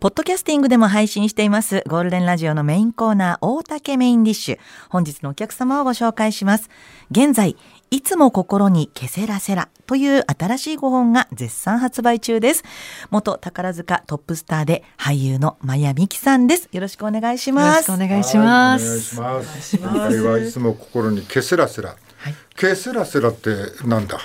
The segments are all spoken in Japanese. ポッドキャスティングでも配信していますゴールデンラジオのメインコーナー大竹メインディッシュ本日のお客様をご紹介します現在いつも心にケセラセラという新しいご本が絶賛発売中です元宝塚トップスターで俳優のマヤミキさんですよろしくお願いしよろましすくお願いしまはいす。お願いします。今回はいつも心にケセラセラ。ケセラセラってなんだ。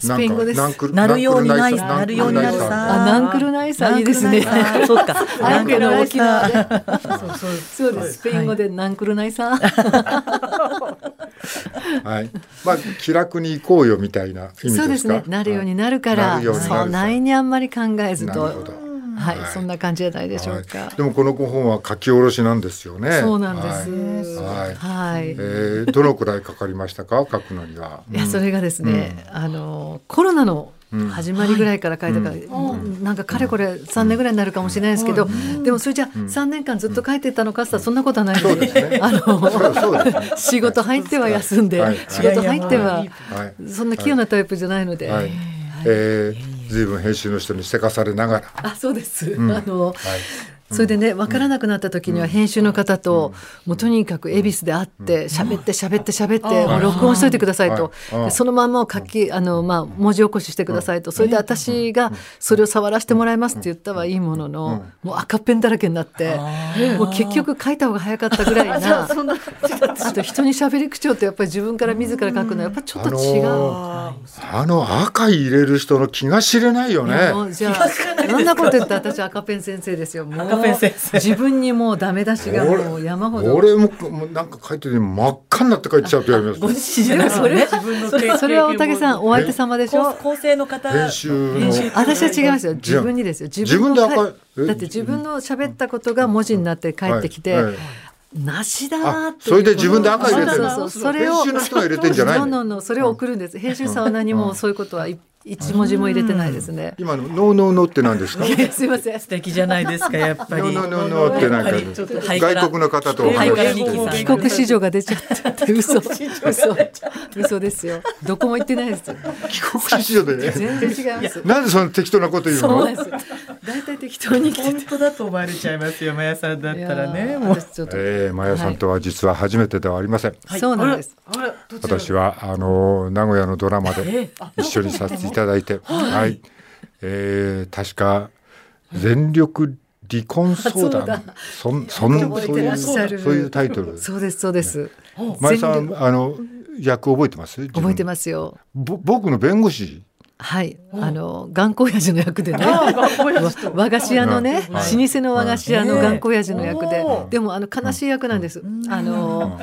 スペイン語ですなんかなるようにないんかなるようになるんかさあ、ナンクルナイサーいいですね。そ っかナンクルナイサなんかー。そうそうです。スペイン語でナンクルナイサー。はい。まあ気楽に行こうよみたいな意味ですか。そうですね。なるようになるかなら、るようになるさそうないにあんまり考えずなと、るほど。は、はいいそんな感じじゃないでしょうかはい。でもこのご本は書き下ろしなんですよね。そうなんです。はい。はいはい。えーどのくらいかかりましたか書くのには。いやそれがですね、あのコロナの始まりぐらいから書いたから、うんなんかかれこれ3年ぐらいになるかもしれないですけど、でもそれじゃあ3年間ずっと書いてたのかさ、そんなことはないそのうですねで、あそうそうですのね仕事入っては休んで、はい仕事入っては、はい。そんな器用なタイプじゃないので、はい。えー、ずいぶん編集の人にせかされながら。あそうです、あの、はい。それでね分からなくなった時には編集の方と、もうとにかく恵比寿で会って喋って喋って喋って、もう録音しといてくださいと、はいでそのまんまを書きあの、まあ、文字起こししてくださいと、それで私がそれを触らせてもらいますって言ったはいいものの、もう赤ペンだらけになって、もう結局書いた方が早かったぐらい なあと人に喋り口調ってやっぱり自分から自ら書くのはやっぱちょっと違う。あのあの赤入れる人の気が知れないよね。もうじゃあそんなこと言ったら私赤ペン先生ですよもう自分にもうダメ出しがもう山ほど俺ももうなんか書いてる時真っ赤になって書いてちゃうとやります。でもそれそれは大竹さんお相手様でしょ構成の方編集の私は違いますよ自分にですよ自分の自分で赤書いだって自分の喋ったことが文字になって返ってきて、はいはいなしだーってあそれで自分で赤入れてるそうのそうそうそれを編集の人が入れてんじゃないのそうそうそうそれを送るんです編集さんは何もそういうことは一一文字も入れてないですね、今のノーノーノーって何ですか？ノいやすいません素敵じゃないですかやっぱり。ーノーノーノーってなんかやっぱりちょっと外国の方とおハイ話カラししミてキてさん帰国子女が出ちゃって て嘘嘘嘘ですよどこも行ってないですよ帰国子女でね。全然違いますなんでそんな適当なこと言うそうなんの？です大体適当に来て本当だと思われちゃいますよマヤさんだっいたやらねーもう。私ちょっと、えー、マヤさんとは実は初めてではありません。そうなんですあらどちら私はあの名古屋のドラマで一緒にさせていただいて、はい、えー確か全力離婚相談、そんそん覚えそてういらっうしゃるそういうタイトル。そうですそうです前さ全んあの役覚えてます？覚えてす。ますよぼ僕の弁護士。はいあの頑固親父の役でねわ 和菓子屋のね老はい舗の和菓子屋の頑固親父の役でおーでもあの悲しい役なんですあの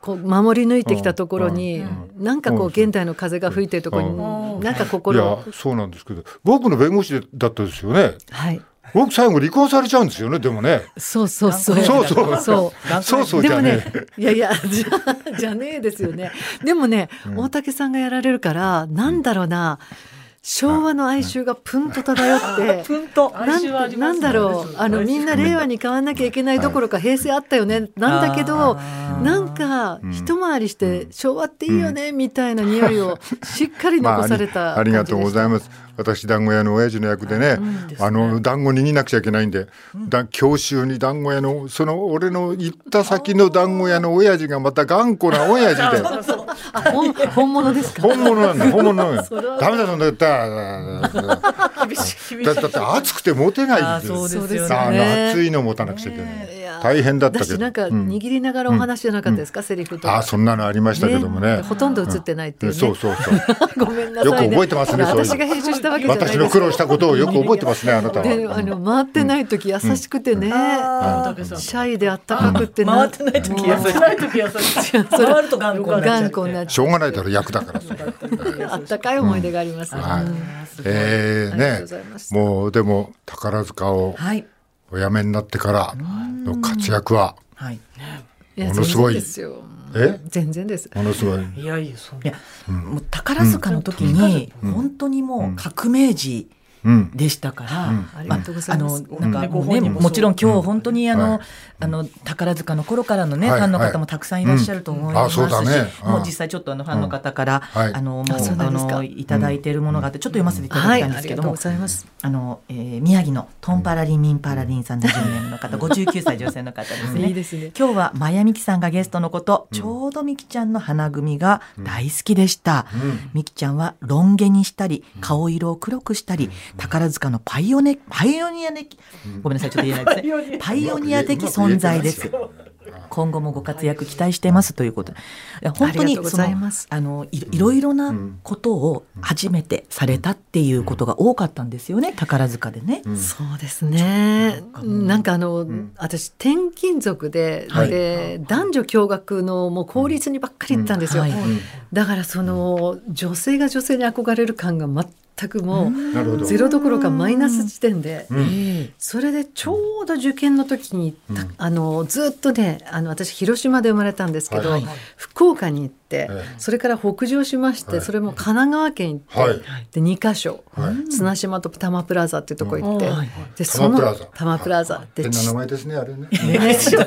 こう守り抜いてきたところになんかこう現代の風が吹いてるところになんかい心やをそうなんですけど、僕の弁護士だったですよね。はい僕最後離婚されちゃうんですよね。でもね。そうそうそうそうそそううそうそうでじゃもねね。、いやいや、じゃ、じゃねえですよね。でもね、大竹さんがやられるから、なんだろうな。昭和の哀愁がプンと漂って。プンとなんてなんだろうあのみんな令和に変わんなきゃいけないどころか平成あったよねなんだけどなんか一回りして昭和っていいよねみたいな匂い をしっかりまあ残あされりたありがとうございまます。私団子屋の親父の役でね、あの団子握んなくちゃいけないんで、だ教習に団子屋のその俺の行った先の団子屋の親父がまた頑固な親父 で。すあ本本物ですか 本物なんだ本物なん だダメだそんな言ったらだだって暑くて持てないんですあそうですよねあの暑いの持たなくちゃいけない大変だっだたけしどなんか握りながらお話じゃなかったですかセリフとかあそんなのありましたけどもねほとんど映ってないって いうねそうそうそうごめんなさい、ね。よく覚えてますねそういうの私が編集したわけじゃないです私の苦労したことをよく覚えてますねあな たで、はあの回ってない時優しくてね、シャイであったかくって回ってない時優しい。回ってない時優しい。回ると頑固になっちゃ頑って固になっしょうがないだろ役だからそれて、あったかい思い出があります。はいうんえーありがとうねございますもうでも宝塚をはいお辞めになってからの活躍ははい。いやものすごい全然ですよ。え全然です。ものすごいいやいやそんいやもう宝塚の時に本当にもう革命児でしたから、ありがとうございますあのなんかうんね、もちろん今日本当にあの、はいあの宝塚の頃からのね、はいファンの方もたくさんいらっしゃると思いますし、うんあそうだねうんもう実際ちょっとあのファンの方から、うんはいあのもうあそうあなんですかのいただいてるものがあってちょっと読ませていただはいいたんであすりけがどとうも、ございますあの、えー宮城のトンパラリンミンパラリンさんの10名の方、59歳女性の方です ね。いいですね今日はまやみきさんがゲストのこと、ちょうどみきちゃんの花組が大好きでした。みきちゃんはロン毛にしたり、顔色を黒くしたり、宝塚のパイオネ、パイオニア的、ごめんなさい、ちょっと言えないですね。パイオニア的存在です。今後もご活躍期待してますということ。いや本当ありにがとうごそざのいますあのいいろいろなことを初めてされたっていうことが多かったんですよね、宝塚でね。そうですね。なんかあの、私転勤族で、はいで男女共学のもう公立にばっかり行ったんですよ。うんはいだからその女性が女性に憧れる感が全くもなるほうどゼロどころかマイナス時点で。うんそれでちょうど受験の時に、たうんあのずっとねあの私広島で生まれたんですけど、は福岡に行って、えそれから北上しまして、はいそれも神奈川県行って、はいで2か所、はい綱島と多摩プラザっていうとこ行って、うんはいで多摩プラザ多摩プラザって、変な名前ですねあれね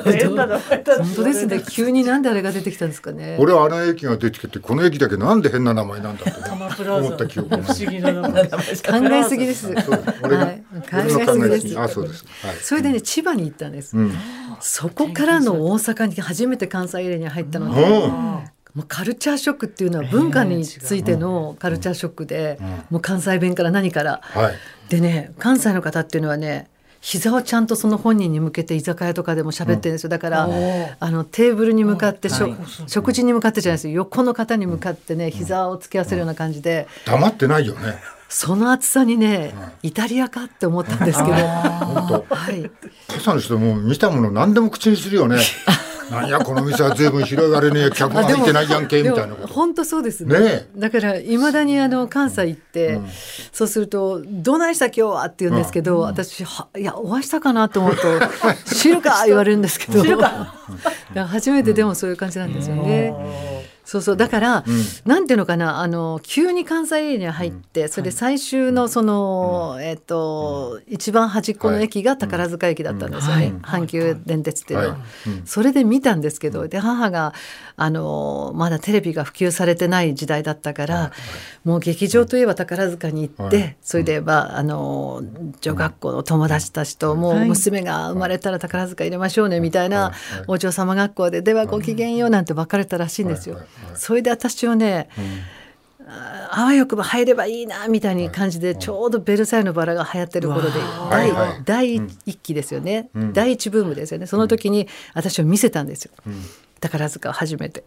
本当ですね急になんであれが出てきたんですかね。俺はあの駅が出てきてこの駅だけなんで変な名前なんだってね思った記憶があ不る思議な名前考えすぎです。そう俺がはい俺の考考ええすすぎですぎあそうですはいそれでね千葉に行ったんです、うんそこからの大阪に初めて関西エリアに入ったので、うんもうカルチャーショックっていうのは文化についてのカルチャーショックで、もう関西弁から何から、はいでね関西の方っていうのはね膝をちゃんとその本人に向けて居酒屋とかでも喋ってるんですよだからあのテーブルに向かって食食事に向かってじゃないですよ横の方に向かってね膝を突き合わせるような感じで黙ってないよねその厚さにねイタリアかって思ったんですけど。本当はい、傘の人も見たもの何でも口にするよねなんやこの店は随分広がれねえ客が入ってないやんけみたいなでもこと本当そうですねねえだからいまだにあの関西行って、そうすると「どないした今日は?」って言うんですけど、私はいやお会いしたかなと 思うと「知るか!」言われるんですけどだ から初めてでもそういう感じなんですよね。そうそうだから、なんていうのかなあの急に関西エリアに入って、それで最終のその、えっ、と、一番端っこの駅が宝塚駅だったんですよね、阪急電鉄っていうのは、はそれで見たんですけど、で母があのまだテレビが普及されてない時代だったから、もう劇場といえば宝塚に行って、はいそれでまああの女学校の友達たちと、もう娘が生まれたら宝塚入れましょうねみたいな、お嬢様学校でではごきげんようなんて別れたらしいんですよ。はいはいはいそれで私をね、ああわよくば入ればいいなみたいな感じでちょうど「ベルサイユのバラ」が流行ってる頃では第いはい第一期ですよね、第一ブームですよねその時に私を見せたんですよ、宝塚を初めて、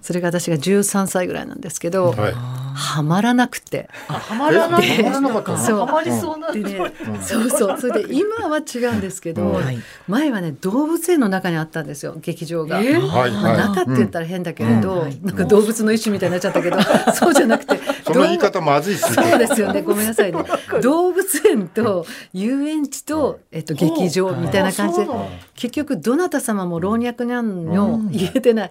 それが私が13歳ぐらいなんですけど、はいはまらなくて。はまらないえはまらなかったのはまりそうなでね、そうそうそれで今は違うんですけど、はい前はね動物園の中にあったんですよ劇場が、えーはいまあはい中って言ったら変だけれど、なんか動物の一種みたいになっちゃったけど、そうじゃなくてその言い方まずいっすよそうです よね。ごめんなさいね。動物園と遊園地と、えっと、劇場みたいな感じであそうなの、結局、どなた様も老若男女言えてない。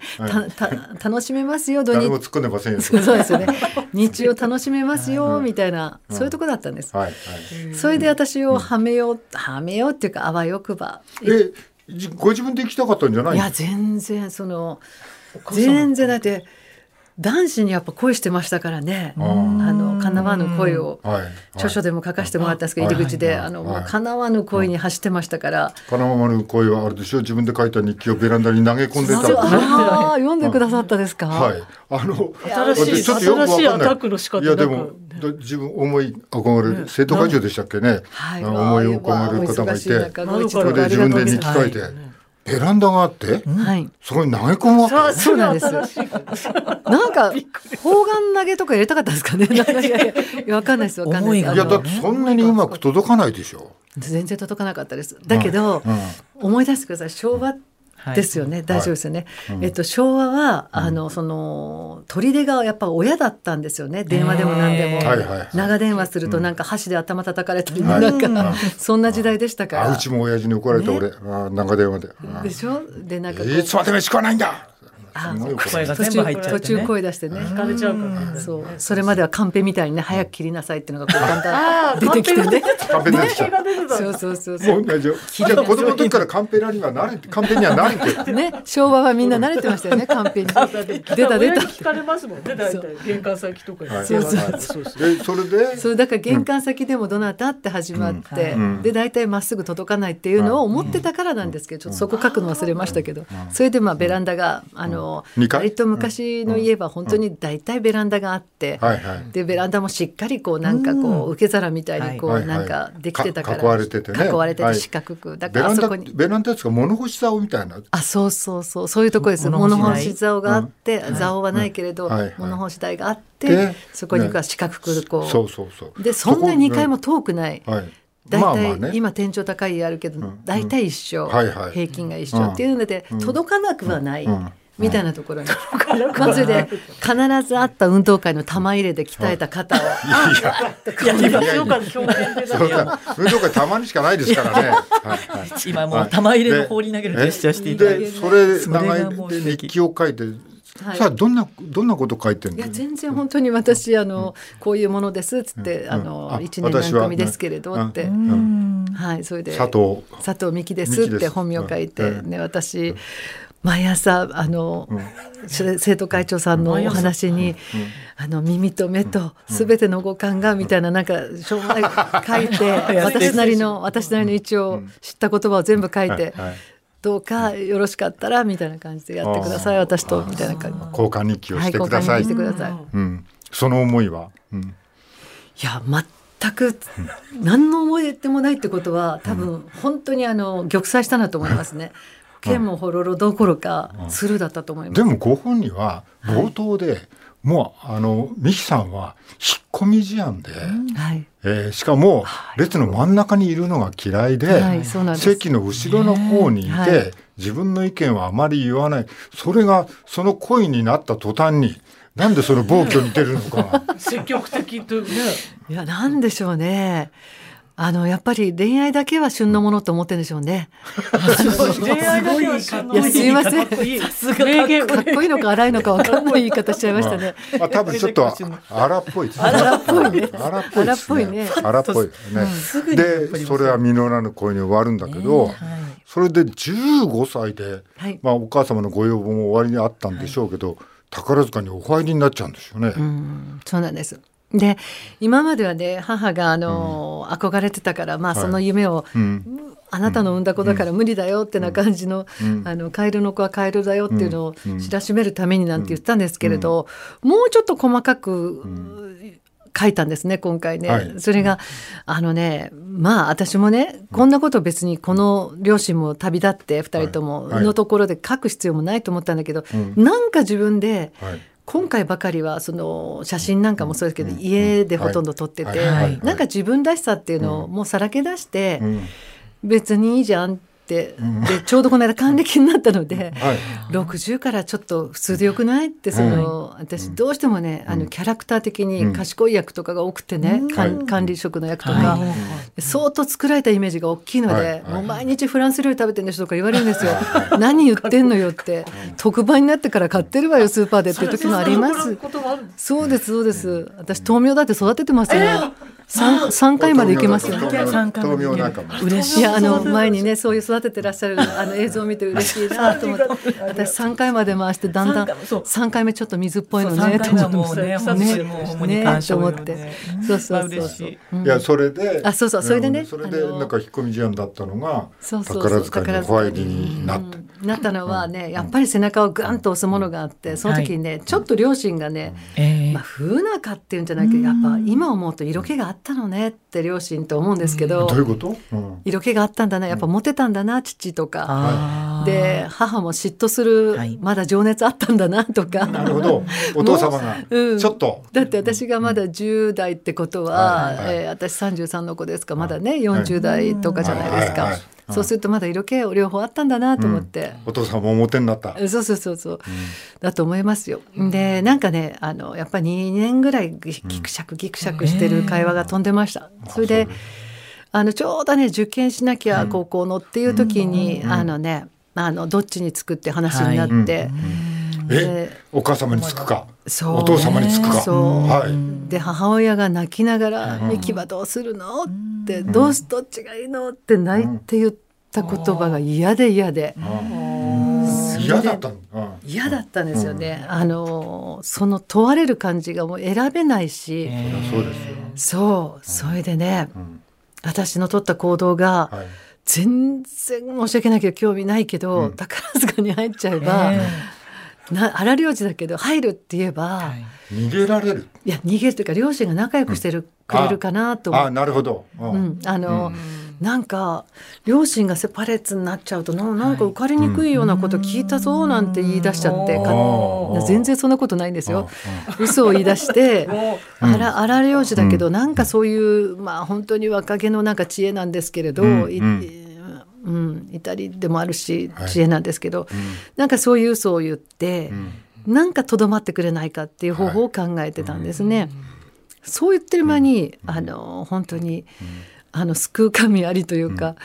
た、た、楽しめますよ、土誰も日。突っ込んでませんよそうですよね。日曜楽しめますよ、みたいな、そういうとこだったんです。はいはいそれで私をはめよう、はめようっていうか、あわよくば。えじご自分で行きたかったんじゃないいのや、全然、その、全然だって、男子にやっぱ恋してましたからね。あの、神奈川の恋を。はいはい著書でも書かせてもらったんですけど、はい入り口で、はいあの、もはうい叶わぬ恋に走ってましたから。このままの声はあれでしょ自分で書いた日記をベランダに投げ込んでたあ あー、読んでくださったですか。はいあの新しいちょっとよくわかんない新しいアタックの仕方いやでなもくだ自分思い憧れる生徒会長でしたっけねはい。あの思いをわあ憧れる方もいてお忙し中ご一そ同れであり自が分とうございで日ま記す書いてベランダがあってはい。そこに投げ込むわけさあそうなんです。新しいなんか、砲丸投げとか入れたかったですかね。 なんかいやいやわかんないです。わかんないで思す。あいやのだってそんなにうまく届かないでしょ全然届かなかったです。だけど、思い出してください。昭和ですよね、大丈夫ですよね、えっと、昭和はあのその砦がやっぱ親だったんですよね電話でも何でも、はいはいはい長電話するとなんか箸で頭叩かれたり、なんか、そんな時代でしたから、あうちも親父に怒られた俺あー長電話であでしょでなんかこうーいつまで飯食わないんだすごい怒ら声れがた途全部入っ中ちゃ途って、ね。中声出してね聞かれちゃうから、ね。そうそれまではカンペみたいにね早く切りなさいっていうのがこうだんだあんー出てきてねカンペ出てきちゃう声が出てたんだそうそうそうそもうう大丈夫じゃあ子供の時からカンペラには 慣れてカンペには慣れてね昭和はみんな慣れてましたよねカンペに出出た出た聞かれますもんね。大体玄関先とかに。はいそうそうはいでそれでそうだから玄関先でもどなたって始まって、うんうんで大体まっすぐ届かないっていうのを思ってたからなんですけど、ちょっとそこ書くの忘れましたけど、それでまあベランダが、あの二階割と昔の家は本当に大体ベランダがあって、はいはいでベランダもしっかりこうなんかこう、受け皿みたいにこう、はいなんかできてたから、か囲われててね囲われてはてい四角く、だかベらラあンそダこにベランダですか物干し竿みたいなあそうそうそうそういうとこです物物干干しし竿があって、竿はないけれど、うんはいはい物干し台があっでてそこにこう四角くこう。そうそうそうでそんな2階も遠くないこはい大体、まあまあね今天井高い家あるけど、大体一緒、はいはい平均が一緒っていうので、届かなくはない、うんみたいなところに、まずで必ずあった運動会の玉入れで鍛えた肩を、いや今強かった表現でそうだ 運動会たまにしかないですから ね。はいはい今もう玉入れの放り投げるジェスチャーしていただいてでそれそれ長がもう素い敵日記を書いて、はいさあどんなどんなこと書いてるいやの？全然本当に私あの、こういうものですっつって、あのあ一年何組ですけれど私はって、うんうんはいそれで佐藤佐藤美希です美っ希でてす本名書いて、うんね私毎朝あの、し生徒会長さんのお話に、あの耳と目とすべての五感がみたいななんかしょうもない書いて、私なりの私なりの一応知った言葉を全部書いて、はいはいどうかよろしかったらみたいな感じでやってください私とみたいな感じ。交換日記をはしい、てごく加ださ入い。してください。うん、その思いは、うん、いや全く何の思い出もないってことは多分本当にあの玉砕したなと思いますね。剣もほろろどころか鶴だったと思います。でもご本人は冒頭で、もうあの美樹さんは引っ込み思案で、はいえーしかも列の真ん中にいるのが嫌いで、はいそうなんです席の後ろの方にいて、ねはい自分の意見はあまり言わないそれがその恋になった途端になんでその暴挙に出るのかな積極的というね。いやなんでしょうね。あのやっぱり恋愛だけは旬のものと思ってるんでしょうね。恋愛だけはしいやすいませんさすが名言かっこいいのか荒いのかわかんない言い方しちゃいましたね。まあ多分ちょっと荒っぽいですね荒っぽいね荒っぽいですね荒っぽいねでそれは実らぬ恋に終わるんだけど、それで15歳で、はいまあ、お母様のご要望も終わりにあったんでしょうけど、宝塚にお入りになっちゃうんですよね。そうなんです。で今まではね母があの、憧れてたからまあその夢を、あなたの産んだ子だから無理だよってな感じの,、あのカエルの子はカエルだよっていうのを知らしめるためになんて言ったんですけれど、もうちょっと細かく、書いたんですね今回ね、はいそれがあのねまあ私もねこんなこと別にこの両親も旅立って2人ともはいのところで書く必要もないと思ったんだけど、なんか自分で、はい今回ばかりはその写真なんかもそうですけど、家でほとんど撮ってて、はいはいはいなんか自分らしさっていうのをもうさらけ出して、ん別にいいじゃんって、でちょうどこの間還暦になったので。はい60からちょっと普通でよくないってその、私どうしてもねあのキャラクター的に賢い役とかが多くてね、管管理職の役とか、相当作られたイメージが大きいので、はいもう毎日フランス料理食べてるんでしょとか言われるんですよ 何言ってんのよって特売になってから買ってるわよスーパーでっていう時もありまそんすなこともあるんですそうですそうです私豆苗だって育ててますよ、三 3, 回までいけますよ豆苗三冠豆苗なんかも。嬉しいいやあの前にねそういう育ててらっしゃるあの映像を見て嬉しいなと思 って私3回まで回してだんだん三回そう3回目ちょっと水っぽいのそうね三回と目は思っもうね、本当にもう、主に鑑賞用でねと思ってそうそうそう嬉しい。いやそれで、あそうそうそれでねんそれであのなんか引っ込み思案だったのがそうそうそう宝塚にホワイトになって、てなったのはねやっぱり背中をグンと押すものがあってその時にねちょっと両親がねええまあ風仲っていうんじゃないけどやっぱ今思うと色気があったのねって両親と思うんですけどどういうこと？うん色気があったんだなやっぱモテたんだな父とか。で母も嫉妬する、はいまだ情熱あったんだなとかなるほど。お父様がうんちょっと だって私がまだ10代ってことはは、いはいはいえー私33の子ですからまだね40代とかじゃないですか、はいはいはいそうするとまだ色気両方あったんだなと思って、お父様も表になった。そうそうそうそう、だと思いますよでなんかねあのやっぱり2年ぐらいギクシャクギクシャクしてる会話が飛んでました、それであのちょうどね受験しなきゃ高校のっていう時に、あのねあのどっちにつくって話になって、えお母様につくか、そうお父様につくか、そうはい。で母親が泣きながら「ミキはどうするの?」って「どうすどっちがいいの?」って泣いて言った言葉が嫌で嫌で嫌だったの。うん嫌だったんですよね、あのその問われる感じがもう選べないし、そうですそよ。うそれでね、私の取った行動が、はい。全然申し訳ないけど興味ないけど、うん宝塚に入っちゃえば、えな荒領事だけど入るって言えば、い、逃げられる。や逃げるというか両親が仲良くしてる、くれるかなと思あ、ってなるほど。う。うんん、あの、なんか両親がセパレーツになっちゃうとななんか受かりにくいようなこと聞いたぞなんて言い出しちゃって、うんかおー全然そんなことないんですよ嘘を言い出 してあら荒漁師だけど、なんかそういうまあ本当に若気のなんか知恵なんですけれど、うんいうんうんイタリでもあるしはい知恵なんですけど、なんかそういう嘘を言って、なんかとどまってくれないかっていう方法を考えてたんですね。そう言ってる間に、あの本当に、あの救う神ありというか、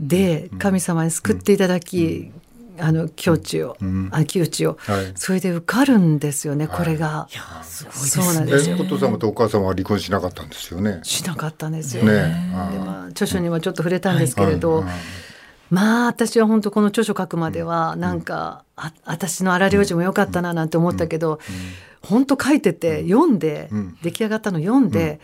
で神様に救っていただき、あの境地を、んあ窮地を、はいそれで受かるんですよねこれが、すごいですそうなんですえ、よお父様とお母様は離婚しなかったんですよね。しなかったんですよ。ね。であまあ、著書にもちょっと触れたんですけれど、はいはいまあ私は本当この著書書くまではなんか、あ私の荒領事も良かったななんて思ったけど、本当書いてて読んで、うん出来上がったの読んで、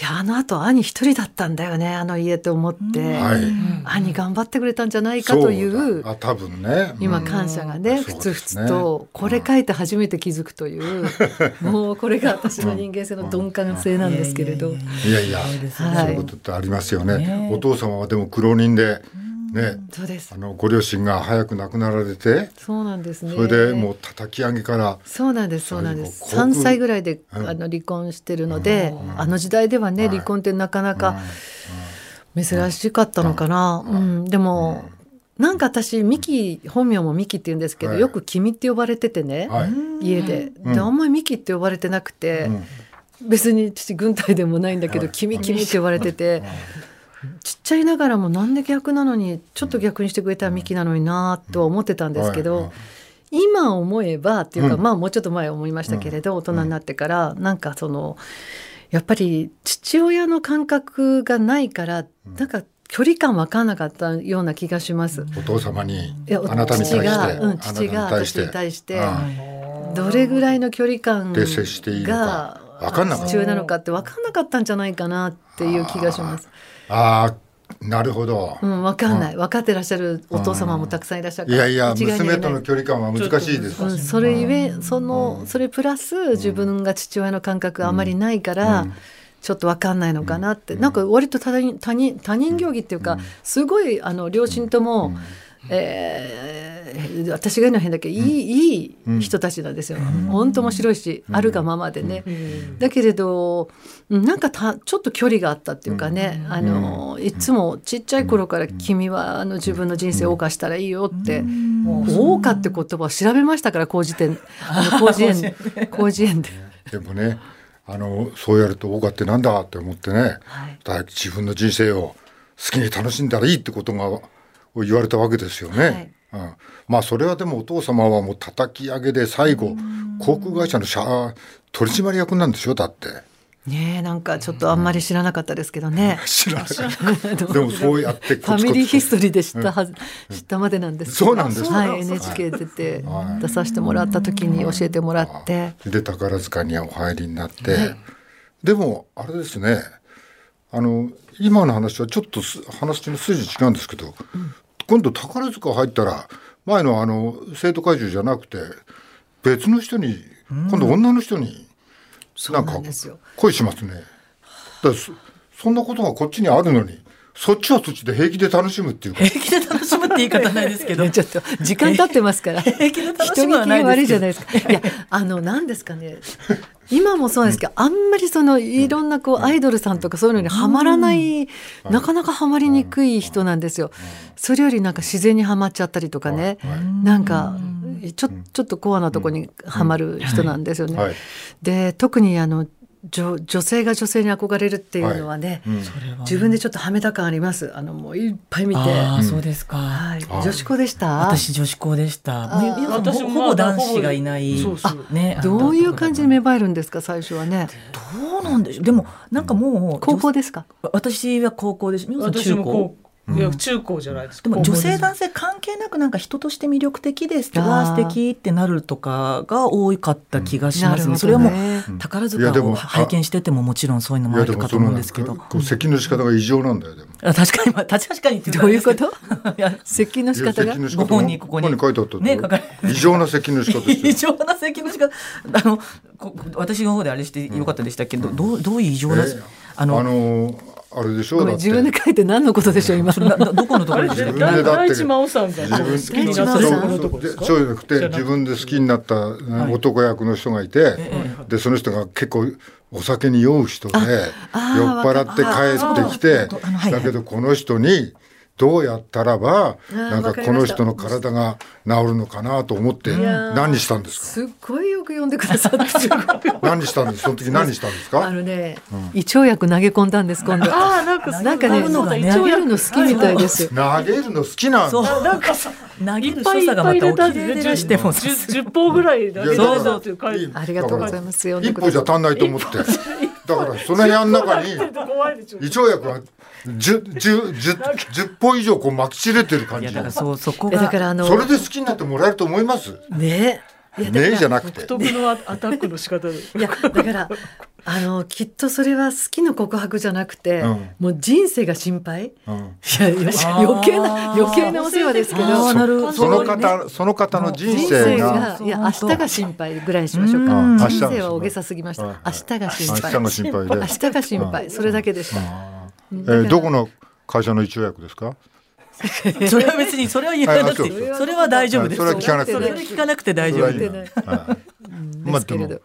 いやあのあと兄一人だったんだよねあの家と思って、はい。兄頑張ってくれたんじゃないかそうとだいうあ、多分ね。うん今感謝がね、うんふつふそうつですとねこれ書いて初めて気づくという、もうこれが私の人間性の鈍感性なんですけれど。いやいや、ですそうねいうことってありますよねね。お父様はでも苦労人で、ね、そうですあのご両親が早く亡くなられて、そうなんですねそれでもう叩き上げから、そうなんですそうなんでそうすいうこう3歳ぐらいで、うんあの離婚してるので、あの時代ではね、離婚ってなかなか珍しかったのかな、うんでも、なんか私ミキ本名もミキって言うんですけど、はいよく「君」って呼ばれててね、はい。家で,、んであんまりミキって呼ばれてなくて、別に父軍隊でもないんだけど「君君」って呼ばれてて。ちっちゃいながらもなんで逆なのにちょっと逆にしてくれたらミキなのになぁとは思ってたんですけど、うんはい今思えばっていうか、うんまあもうちょっと前思いましたけれど、大人になってからなんかそのやっぱり父親の感覚がないからなんか距離感わかんなかったような気がします。お父様にいやおあなたに対し父て、がうんあなた父にが対し私てに対してうんどれぐらいの距離感で接していいのかがわかんなかった父親なのかってわかんなかったんじゃないかなっていう気がします。ああなるほど、うん、わかんない。分かってらっしゃるお父様もたくさんいらっしゃるかいら。やいや一概には言娘えなといの距離感は難しいです、うん、それゆえそのそれプラス自分が父親の感覚があまりないから、ちょっとわかんないのかなって、なんか割と他人他人他人行儀っていうか、すごいあの両親とも、えー私が言うのは変だけど、いいいい人たちなんですよ、本当面白いし、あるがままでね、だけれどうんなんかたちょっと距離があったっていうかね、あのいつもちっちゃい頃から「君はあの自分の人生を謳歌したらいいよ」って。大岡って言葉を調べましたから工事店あの工 事園工事園で、でもねあのそうやると「オーガってなんだ?」って思ってね、はいだから自分の人生を好きに楽しんだらいいってことがを言われたわけですよね、うん、まあそれはでもお父様はもう叩き上げで最後航空会社の社取締役なんでしょだってねえなんかちょっとあんまり知らなかったですけどね、知らなかったでもそうやってフコツコツァミリーヒストリーで知ったはず、知ったまでなんですけどそうなんですかはい NHK 出て出させてもらった時に教えてもらって、で宝塚にお入りになって、でもあれですねあの今の話はちょっとす話の筋違うんですけど、今度宝塚入ったら前のあの生徒会長じゃなくて別の人に、今度女の人にそなうんなかんですよ恋しますね。だからそそんなことがこっちにあるのにそっちはそっちで平気で楽しむっていうか平気で楽しむって言い方ないですけど。ちょっと時間経ってますから平気で楽しむはない人聞き悪いですじけゃないど。ですか。いや、あの、なんですかね。今もそうなんですけど、あんまりその、いろんなこう、アイドルさんとかそういうのにはまらない、なかなかはまりにくい人なんですよ。それよりなんか自然にはまっちゃったりとかねは、なんか、ちょ、ちょっとコアなとこにはまる人なんですよねはい。で、特にあの、女女性が女性に憧れるっていうのはね、うん自分でちょっとはめた感ありますあのもういっぱい見て、あはあ、そうですか。い、あ女子校でした私女子校でした。あみゆみゆさん私ほもほぼ男子がいない。そうそうあね、あのどういう感じにど芽生えるんですか最初はねうなんでしょう。でもなんかもう高校でですか私は高校でしみゆさん私中も高こ。う、いや中高じゃないですでか。も高校女です性男性関係なくなんか人として魅力的ですあーわあ素敵ってなるとかが多かった気がしますね。それはもう宝いやで塚をも拝見しててももちろんそういうのいもあやるでかもとそ思のうんなでんすけかど。こう咳の仕方が異常なんだよでも。あ確かにまあ確かにっ てどういうこといや咳の仕方がいや咳の仕ご方本人ここに何書いてあったってね書かれ異常な咳の仕方して 異る。常な責任しかあのこ私の方であれしてよかったでしたけど、どうどういう異常な、えああののあれでしょごうめんだって自分で書いて何のことでしょう今ななどこのとあころれでしたっ自分で絶対けだって大地真央さんが自分好きに大な地った真央さところんとこですかそうじゃなくてじゃなくて自分で好きになった男役の人がいて、でその人が結構お酒に酔う人で酔っあー払って帰ってきてああのはいはいだけどこの人にどうやったらばなんわかかりましたこの人の体が治るのかなと思ってやー何したんですかすっごいよく読んでくださってすごい何したんですその時何したんですあかのね、胃腸薬投げ込んだんです今度ああなんかなんかね投げ込むのがね投げるの好きみたいです投げるの好きなんそうだなんかさ投げいるっぱ所いいっ作がぱまい入たれおたん綺で麗ねでしても十十十本ぐらい投げたんだっていう感じ。ありがとうございます一歩じゃ足んないと思ってだからその部屋の中に怖いでしょ。胃腸薬は十十十十本以上こう撒き散れてる感いやじだからそうそこいやがだからあのそれで好きになってもらえると思いますねいやだからねえじゃなくて独特のアタックの仕方で。いやだからあのきっとそれは好きの告白じゃなくて、うんもう人生が心配いうんやいや余計なあー余計なお世話ですけあどーなるほどその方その方の人人生生ががいや明日が心配ぐらいにしましょうかうん人生は大げさすぎましたはい明はい日が心明配日が心配で明、日が心配それだけでした、えーどこの会社の一応役ですかそれは別にそれは言わなくあそうてそれは大丈夫ですそれは聞かなくてそれは聞かなくて大丈は夫いですはいでまあすでけれども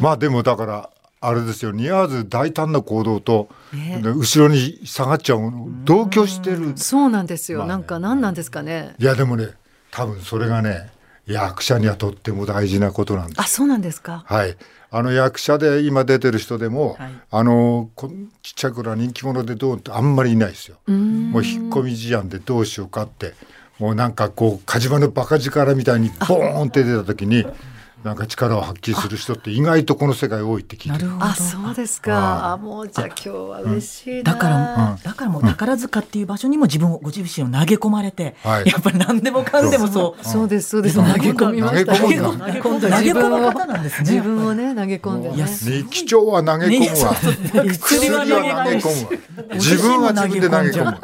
まあでもだからあれですよ似合わず大胆な行動と、ねで後ろに下がっちゃうの同居してるそうなんですよ、まあねなんか何なんですかねいやでもね多分それがね役者にはとっても大事なことなんですあそうなんですかはい。あの役者で今出てる人でも、はいあのこんちっちゃい頃は人気者でどうってあんまりいないですよ。もう引っ込み思案でどうしようかって、もうなんかこう火事場のバカ力みたいにボーンって出た時に、なんか力を発揮する人って意外とこの世界多いって聞いて。なるほどあそうですかあもうじゃあ今日は嬉しいなだから、うんだからもう宝塚っていう場所にも自分をご自身を投げ込まれて、はいやっぱり何でもかんでもそうそうですそうですう投んげ込みました投げね込投むげ今込ん度だ自投げ込分むを方なんですね自分をね投げ込んでいやねす日記は投げ込むわ。薬薬はは投げ投げ込むわ。自分は自分で投げ込む。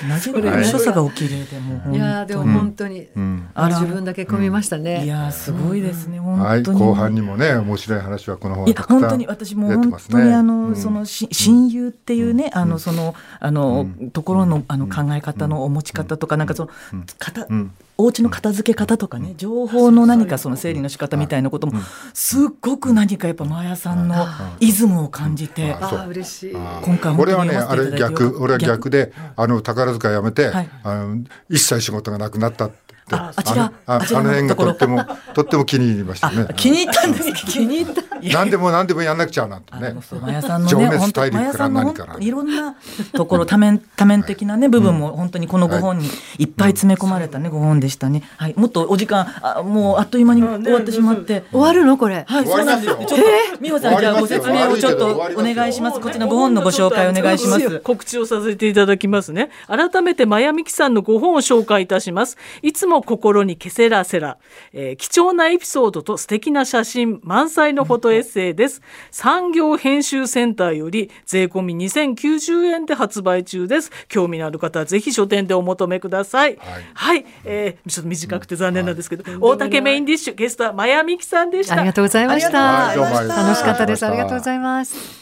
投げ込む所作がお綺麗でもう本い当にやーでも本当に、んあ自分だけ込みましたいね、やーすごいですね、は本い、当に。後半にもね、面白い話はこの方いがやたく本さ当んにやって私も本ます当にあね。の、そのし親友っていうね、あのそのあの、ところのあの考え方のお持ち方とか、なんかその、かたお家の片付け方とかね、情報の何かその整理の仕方みたいなことも、すっごく何かやっぱマヤさんのイズムを感じて、あそうあ嬉しい今回本俺当はにね、読まあせてれいただいてよかっ逆、た俺は逆で、あの宝塚辞めて、はいあの一切仕事がなくなったって。ああちらああちらあのの辺がところとっても、とっても気に入りましたね。あ気に入ったんです気に入った何でも何でもやんなくちゃなんてあねの。そうマヤさんの情ね、熱本当大にマ陸ヤかさらんの何本から当。いろんなところ多面多面的なね部分も本当にこのご本にいっぱい詰め込まれたねご本でしたね。はい、もっとお時間あもうあっという間に終わってしまって。終わるのこれは終い、そわうりなまんすですよよ。ちょっと、美穂さん、じゃあご説明をちょっとお願いします。こちらご本のご紹介お願いしまちょっと す。告知をさせていただきますね。改めて、まやみきさんのご本を紹介いたします。いつも心にケセラセラ。えー貴重なエピソードと素敵な写真満載のフォトエッセイです。産業編集センターより税込み2090円で発売中です。興味のある方はぜひ書店でお求めください。はいはい。えーちょっと短くて残念なんですけど、大竹メインディッシュ、ゲストはまやみきさんでした。ありがとうございましたはいどうもありがとうございまし楽たしかったですありがとうございます